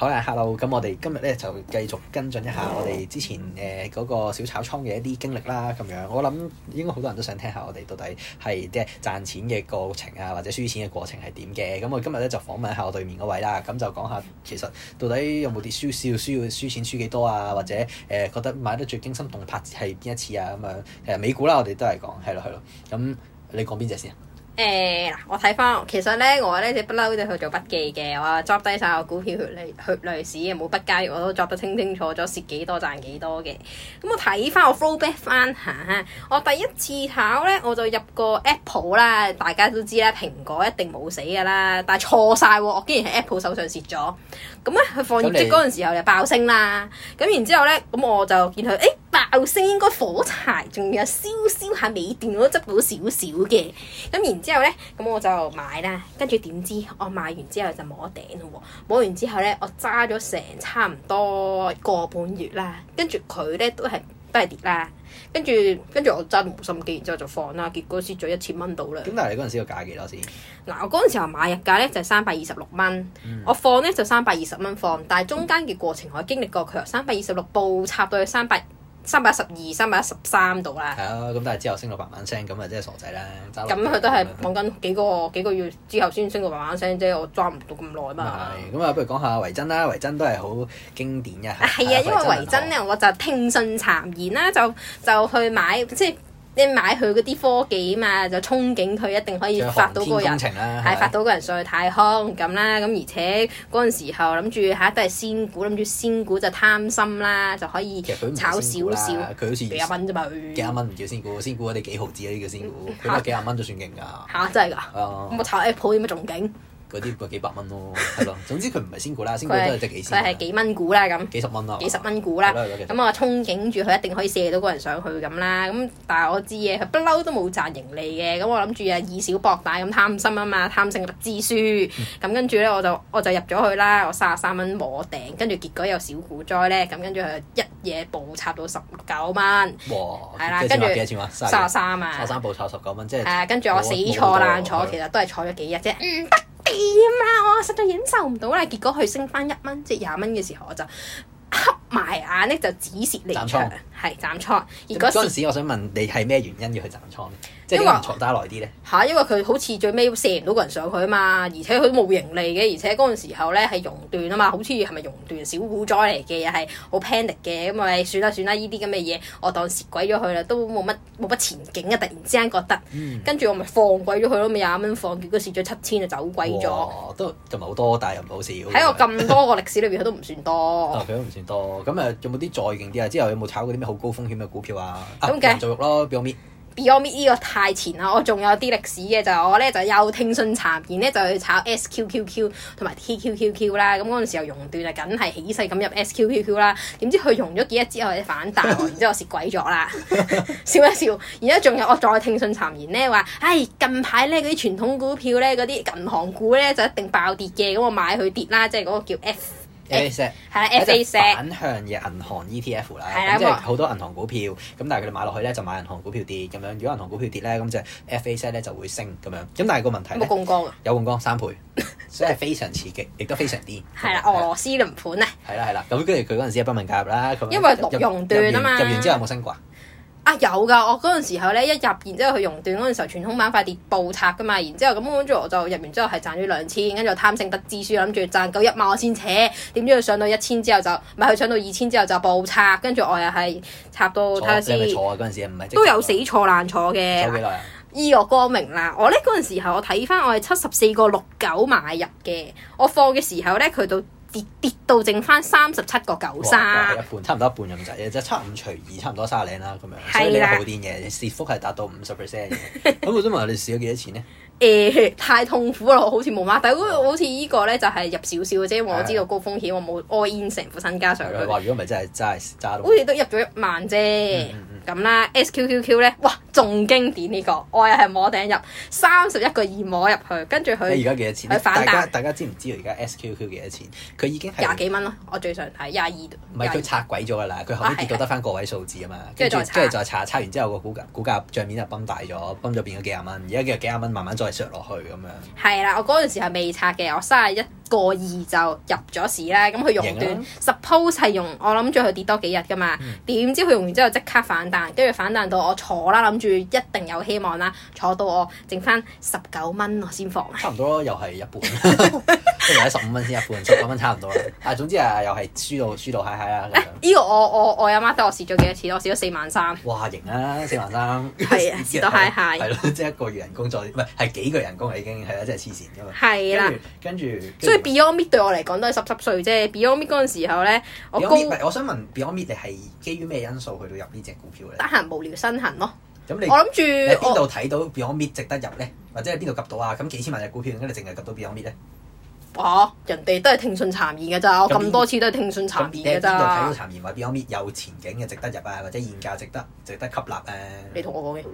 好啦，hello，咁我哋今日咧就繼續跟進一下我哋之前誒嗰個小炒倉嘅一啲經歷啦，咁樣我諗應該好多人都想聽下我哋到底係即係賺錢嘅過程啊，或者輸錢嘅過程係點嘅。咁我今日咧就訪問一下我對面嗰位啦，咁就講下其實到底有冇啲輸少輸要輸錢輸幾多啊，或者誒、呃、覺得買得最驚心動魄係邊一次啊咁樣。誒、呃、美股啦，我哋都係講係咯係咯，咁你講邊隻先啊？誒嗱、我睇翻，其實咧我咧就不嬲都去做筆記嘅，我 drop 低晒我股票血淚血淚史嘅，冇筆加我都 drop 得清清楚楚，蝕幾多賺幾多嘅。咁我睇翻我 flow back 翻下，我第一次炒咧我就入過 Apple 啦，大家都知啦，蘋果一定冇死噶啦，但係錯晒喎，我竟然喺 Apple 手上蝕咗。咁咧佢放業績嗰陣時候就爆升啦，咁然之後咧咁我就見佢誒。爆升應該火柴，仲有燒燒下尾段我都執到少少嘅。咁然之後咧，咁我就買啦。跟住點知我買完之後就摸頂咯喎，摸完之後咧，我揸咗成差唔多個半月啦。跟住佢咧都係都係跌啦。跟住跟住我揸到冇心機，然之後就放啦。結果輸咗一千蚊到啦。咁但係你嗰陣時個價幾多先？嗱，我嗰陣時候買入價咧就係三百二十六蚊，我放咧就三百二十蚊放，但係中間嘅過程我經歷過佢由三百二十六步插到去三百三百一十二、三百一十三度啦。係啊，咁但係之後升到百萬聲，咁啊真係傻仔啦！揸落咁佢都係講緊幾個幾個月之後先升到慢慢聲啫，我揸唔到咁耐咁嘛啊。係咁啊，不如講下維珍啦，維珍都係好經典嘅。啊係啊，因為維珍咧，我就聽信讒言啦，就就去買即係你買佢嗰啲科技嘛，就憧憬佢一定可以仲有發航到天個人工。程啦，係咪發到個人上去太空咁啦，咁而且嗰陣時候諗住嚇都係仙股，諗住仙股就貪心啦，就可以其實佢唔炒少係仙股啦少佢好似幾廿幾蚊啫嘛，佢廿蚊唔叫仙股，仙股嗰啲幾毫子嗰啲叫仙 股，佢得幾廿蚊都算勁㗎。係嚇真係㗎，咁啊，我炒 Apple 點解仲勁？嗰啲咪幾百蚊咯，係 咯。總之佢唔係仙股啦，仙股佢都係係值幾佢仙係㗎，幾蚊股啦咁。幾十蚊啦，幾十蚊股股啦。係咯咁啊我憧憬住佢一定可以射到個人上去咁啦，咁但係我知嘢，佢不嬲都冇賺盈利嘅，咁我諗住啊以小博大咁貪心啊嘛，貪勝不知輸，咁跟住咧我就我就入咗去啦，我三十三蚊摸頂，跟住結果有小股災咧，咁跟住佢一嘢暴插到十九蚊，其實哇，係啦幾多錢話跟住幾多錢話？三十三三啊十，三部炒十九蚊，即係係啊，跟住我死冇坐冇爛多坐，係其實都係坐咗幾日啫，唔得掂啦，我實在忍受唔到啦，結果佢升翻一蚊即係廿蚊嘅時候我就。黑埋眼咧就止蝕離斬場倉，係斬倉。而咁嗰時嗰陣時，我想問你係咩原因要去斬倉咧？即係因為點解唔坐揸耐啲咧？嚇，因為佢好似最尾射唔到個人上去啊嘛，而且佢都冇盈利嘅，而且嗰陣時候咧係熔斷啊嘛，好似係咪熔斷小股災嚟嘅，又係好 panic 嘅，咁咪哎算啦算啦，呢啲咁嘅嘢我當蝕鬼咗佢啦，都冇乜冇乜前景啊！突然之間覺得，跟住我咪放鬼咗佢咯，咪廿蚊放，結果蝕咗七千就走鬼咗。哇都就唔係好多，但係又唔係好少。喺我咁多個歷史裏邊，佢都唔算多 啊，。佢都唔算多。咁誒，有冇啲再勁啲啊？之後有冇炒過啲咩好高風險嘅股票啊？啊咁嘅人造肉咯，俾我搣。 Beyond Meat 呢個太前啦，我仲有啲歷史嘅就係我咧就又聽信讒言咧就去炒 SQQQ 同埋 TQQQ 啦，咁嗰陣時候熔斷啊，梗係起勢咁入 SQQQ 啦，點知佢熔咗幾日之後就反彈喎，然之後我蝕鬼咗啦， 笑一笑，然之後仲有我再聽信讒言咧話，唉近排咧嗰啲傳統股票咧嗰啲銀行股咧就一定爆跌嘅，咁我買佢跌啦，即係嗰個叫 F 誒石係啦 FA 石。反向嘅銀行 ETF 啦，係啦啊咁即係咁我好多銀行股票，咁但係佢哋買落去咧就買銀行股票跌咁樣。如果銀行股票跌咧，咁就 FA 石咧就會升咁樣。咁但係個問題有冇咧，槓桿啊？有槓桿三倍，所以係非常刺激，亦都非常癲。係啦，咁樣俄羅斯哦輪盤啊！係啦係啦。咁跟住佢嗰陣時係不問介入啦，咁樣因為六入熔斷啊嘛入完入完之後有冇升過啊？啊有噶，我嗰陣時候咧一入，然之後佢熔斷嗰陣時候，傳統板塊跌暴拆噶嘛，然之後咁跟住我就入完之後係賺咗兩千，跟住我貪勝不知輸，諗住賺夠一萬我先扯，點知佢上到一千之後就，唔係佢上到二千之後就暴拆，跟住我又係插到坐睇你下係咪先，坐啊？嗰陣時唔係即都有刻死坐爛坐嘅。坐幾耐啊？依我光明啦，我咧嗰陣時候我睇翻我係七十四個六九買入嘅，我放嘅時候咧佢到跌跌到剩翻三十七個九哇三一。半，差唔多一半咁滯，即係差五除二，差唔多卅零啦咁樣。係啦所以你係好癲嘅，你跌幅係達到五十 percent 嘅。咁我想問下你試咗幾多錢咧？誒、太痛苦啦，我好似冇孖底，我好似依個咧就係入少少嘅啫，因為我知道高風險，我冇 all in 成副身家上去，佢好話如果唔係真係真係揸到。嗯似都入咗一萬啫。咁啦，SQQQ 咧，哇，仲經典呢、個，我又係摸頂入三十一個二摸入去，跟住你而佢家幾多錢？佢反大彈家大家知唔知道而家 SQQ 幾多錢？佢已經廿係幾蚊咯，我最常睇廿二，唔係佢廿拆鬼咗㗎啦？佢後尾跌到啊係得翻個位數字啊嘛，跟跟住住再跟住再查，查完之後個股價股價帳面就崩大咗，崩咗變咗幾廿蚊，而家嘅幾廿蚊慢慢再削落去咁樣。係啦，我嗰陣時係未拆嘅，我三十一個二就入咗市咧，咁佢熔贏斷啦嗯，suppose 係用我諗住佢跌多幾日噶嘛，點知佢用完之後即刻反彈，跟住反彈到我坐啦，諗住一定有希望啦，坐到我剩翻十九蚊我先放。差唔多又係一半， 即係十五蚊先一半，十九蚊差唔多啦。啊，總之啊，又係輸到輸到嗨嗨啦咁樣。呢個我我我阿媽得我試咗幾多次，我試咗四萬三。哇，型啊，四萬三，係啊蝕到嗨嗨係咯，即 係一個月人工再，唔係係幾個人工啊已經係啦，真係黐線噶嘛。係啦，跟住，跟住，所以 Beyond Meat 對我嚟講都係濕濕碎啫。Beyond Meat 嗰陣時候咧，我 Beyond 高 Meat，唔係我想問 Beyond Meat 你係基於咩因素去到入呢只股票咧得？閒無聊身痕咯。咁你我你諗喺住我邊度睇到 Beyond Meat 值得入咧？或者係邊度及到啊？咁幾千萬隻股票，點解你淨係及到 Beyond Meat 咧？哇！啊人哋都係聽信讒言嘅咋，我咁咁多次都係聽信咁讒你喺邊言嘅度睇到咋。殘言話 Beyond Meat 有前景嘅值得入啊？或者現價值得值得吸納啊？你同我講嘅，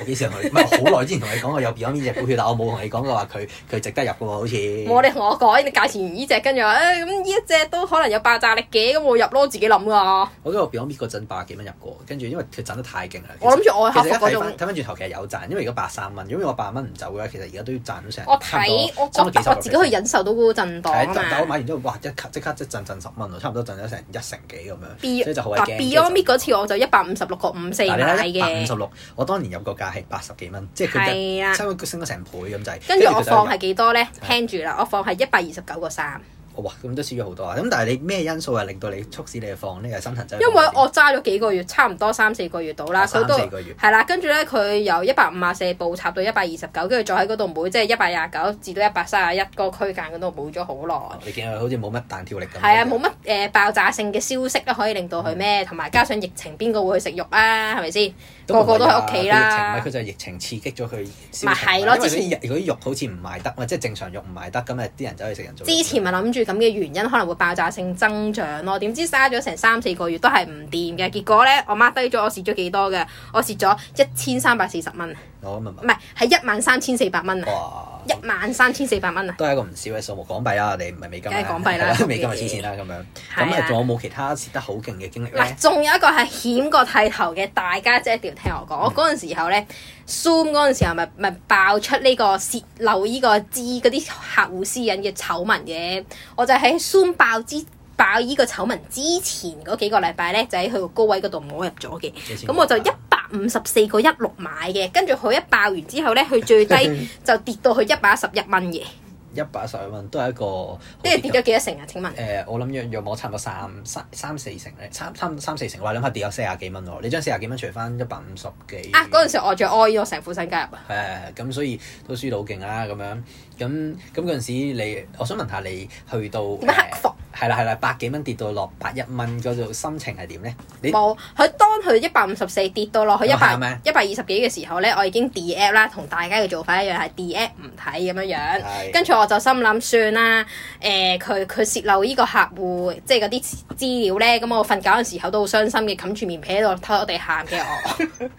我幾時同你？唔係好耐之前同你講過有 Beyond 呢只股票，但我冇同你講過話佢佢值得入嘅喎，好似我嗯你同我講，你價錢呢只，跟住話哎誒咁呢一隻都可能有爆炸力嘅，咁我入咯，自己諗噶。我都有 Beyond Meat 嗰陣百幾蚊入過，跟住因為佢賺得太勁啦。其實我諗住我其係實而克家服嗰睇種翻，睇翻轉頭其實有賺，因為而家八三蚊，如果我八蚊唔走嘅話，其實而家都要賺到成我差唔睇多我覺得我自己去。差唔多幾十個 percent 忍受到嗰個震盪係啊但但我嘛。買完之後，哇！一即刻即陣陣十蚊喎，差唔多陣咗成一成幾咁樣， B 所以就好鬼嗱驚。啊 Beyond Meat 嗰次我就一百五十六個五四買嗱，你睇一百五十嘅，六，我當年有個價係八十幾蚊，即係佢係就啊。差唔多升咗成倍咁滯。跟住我佢就放係幾多咧？聽住啦，我放係一百二十九個三，哇，咁都少咗好多啊！咁但係你咩因素係令到你促使你去放呢個新藤真？因為我揸咗幾個月，差唔多三四個月到啦，哦三佢都四個月，係啦，跟住咧佢由一百五啊四步插到一百二十九，跟住再喺嗰度每即係一百廿九至到一百三十一個區間嗰度每咗好耐。哦你見佢好似冇乜彈跳力咁。係啊，冇乜誒爆炸性嘅消息都可以令到佢咩，同埋加上疫情，邊個會去食肉啊？係咪先？個個都喺屋企啦佢疫情唔係佢就係疫情刺激咗佢消費。咪係咯因為之前嗰啲肉嗰啲肉好似唔賣得，即係正常肉唔賣得，咁啊啲人走去食人造肉。之前咪啊諗住咁嘅原因可能會爆炸性增長咯，點知嘥咗成三四個月都係唔掂嘅，結果咧我 mark 低咗我蝕咗幾多嘅，我蝕咗一千三百四十蚊，我明白唔係係一萬三千四百蚊啊，哇！一萬三千四百蚊啊，都係一個唔少嘅數目港幣啦，你唔係美金啦梗係港幣啦 美金啊咪黐線啦咁樣。咁係啊，啊仲有冇其他蝕得好勁嘅經歷咧嗱，？仲有一個係險過剃頭嘅，大家姐一定要聽嗯我講。我嗰陣時候咧，Zoom 嗰陣時候咪咪爆出呢、個泄漏呢個知嗰啲客戶私隱嘅醜聞嘅，我就喺 Zoom 爆之爆呢個醜聞之前嗰幾個禮拜咧，就喺佢個高位嗰度摸入咗嘅。咁我就一啊百五十四個一六買嘅，跟住佢一爆完之後咧，佢 最低就跌到去一百一十一蚊嘅，一百一十蚊都係一個，即係跌咗幾多成啊？請問誒、呃我諗約約摸差唔多三三三四成咧，三三三四成話諗下跌咗四廿幾蚊喎，你將四廿幾蚊除翻一百五十幾，啊嗰陣時我仲哀咗成副身家入啊！係咁所以都輸到好勁啦咁樣，咁咁嗰陣時你，我想問下你去到點樣克誒服？係啦係啦，百幾蚊跌到落百一蚊嗰度，心情係點咧？你冇，佢當佢一百五十四跌到落去一有百喊咩一百二十幾嘅時候咧，我已經 D app 啦，同大家嘅做法一樣係 D app 唔睇咁樣樣。係跟住我就心諗算啦，誒、佢佢泄漏呢個客戶即係嗰啲資料咧，咁我瞓覺嘅時候都好傷心嘅，冚住棉被喺度偷偷地喊嘅我。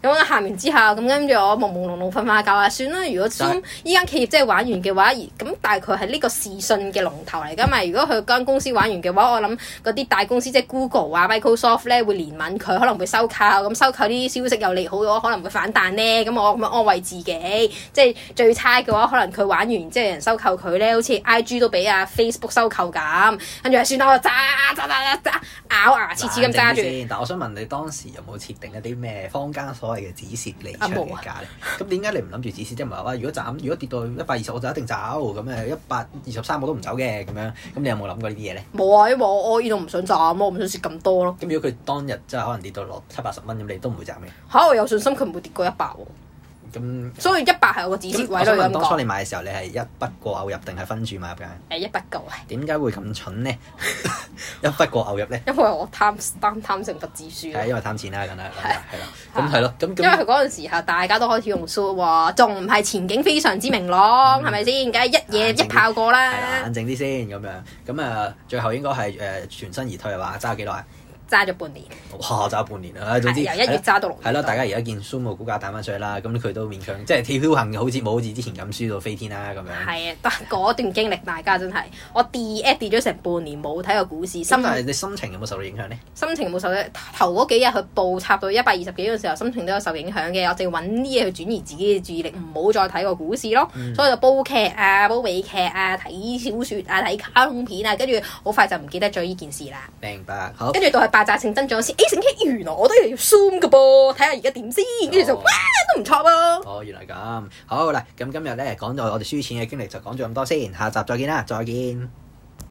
咁我喊完之後，咁跟住我朦朦朧朧瞓下覺啊，算啦。如果 Zoom 依間企業真係玩完嘅話，而咁但係佢係呢個視訊嘅龍頭嚟㗎嘛。如果佢間公司玩完嘅話，我諗嗰啲大公司即係 Google 啊、Microsoft 咧會憐憫佢，可能會收購。咁收購呢啲消息又利好咗，可能會反彈咧。咁我咁樣安慰自己，即係最差嘅話，可能佢玩完即係人收購佢咧，好似 IG 都俾啊 Facebook 收購咁。跟住算啦，我揸揸揸揸揸咬牙切齒咁揸冷靜啲住。先但我想問你當時有冇設定一啲咩坊間所謂嘅止蝕離啊場冇嘅啊價咧？咁點解你唔諗住止蝕？即係唔係話如果斬，如果跌到一百二十我就一定走，咁誒一百二十三我都唔走嘅咁樣。咁你有冇諗過呢啲嘢咧？冇啊，因為我我呢度唔想賺，我唔想蝕咁多咯。咁如果佢當日真係可能跌到落七八十蚊，咁你都唔會斬嘅。嚇、我有信心佢唔會跌過一百喎，咁所以一百係我個止蝕咁位我咯。想如問，果當初咁你講，買嘅時候，你係一筆過牛入定係分注買入㗎？誒一百夠啊，點解會咁蠢呢？ 一筆過牛入咧？因為我貪貪貪勝不知輸係啊咯。因為貪錢啦，咁啦，咁係啦係 啦。咁係咯，咁因為佢咁嗰陣時候大家都開始用 s u 喎，仲唔係前景非常之明嗯朗，係咪先？梗係一啊嘢正一炮過係啦，啦，冷靜啲先咁樣。咁啊，最後應該係誒全身而退係話揸幾耐啊？揸咗半年，哇！揸半年啦，總之係由一月係啦揸到六月度。係咯，大家而家見 Zoom 個股價打翻上去啦，咁佢都勉強即係跳飄行，好似冇好似之前咁輸到飛天啦咁樣。係啊， 但係嗰段經歷大家真係，我 d e 跌咗成半年冇睇過股市，心咁但係你心情有冇受到影響呢？心情冇受咧。頭嗰幾日佢暴插到一百二十幾嘅時候，心情都有受影響嘅。我哋揾啲嘢去轉移自己嘅注意力，唔好再睇個股市咯。嗯所以就煲劇啊、煲美劇啊、睇小説啊、睇卡通片啊，跟住好快就唔記得咗呢件事啦。明白，好。跟住到係爆炸性增長先，誒，成績原來我都要 zoom 嘅噃，睇下而家點先，跟住就哦哇都唔錯喎。哦，原來咁。好啦，咁今日咧講到我哋輸錢嘅經歷就講咗咁多先，下集再見啦，再見。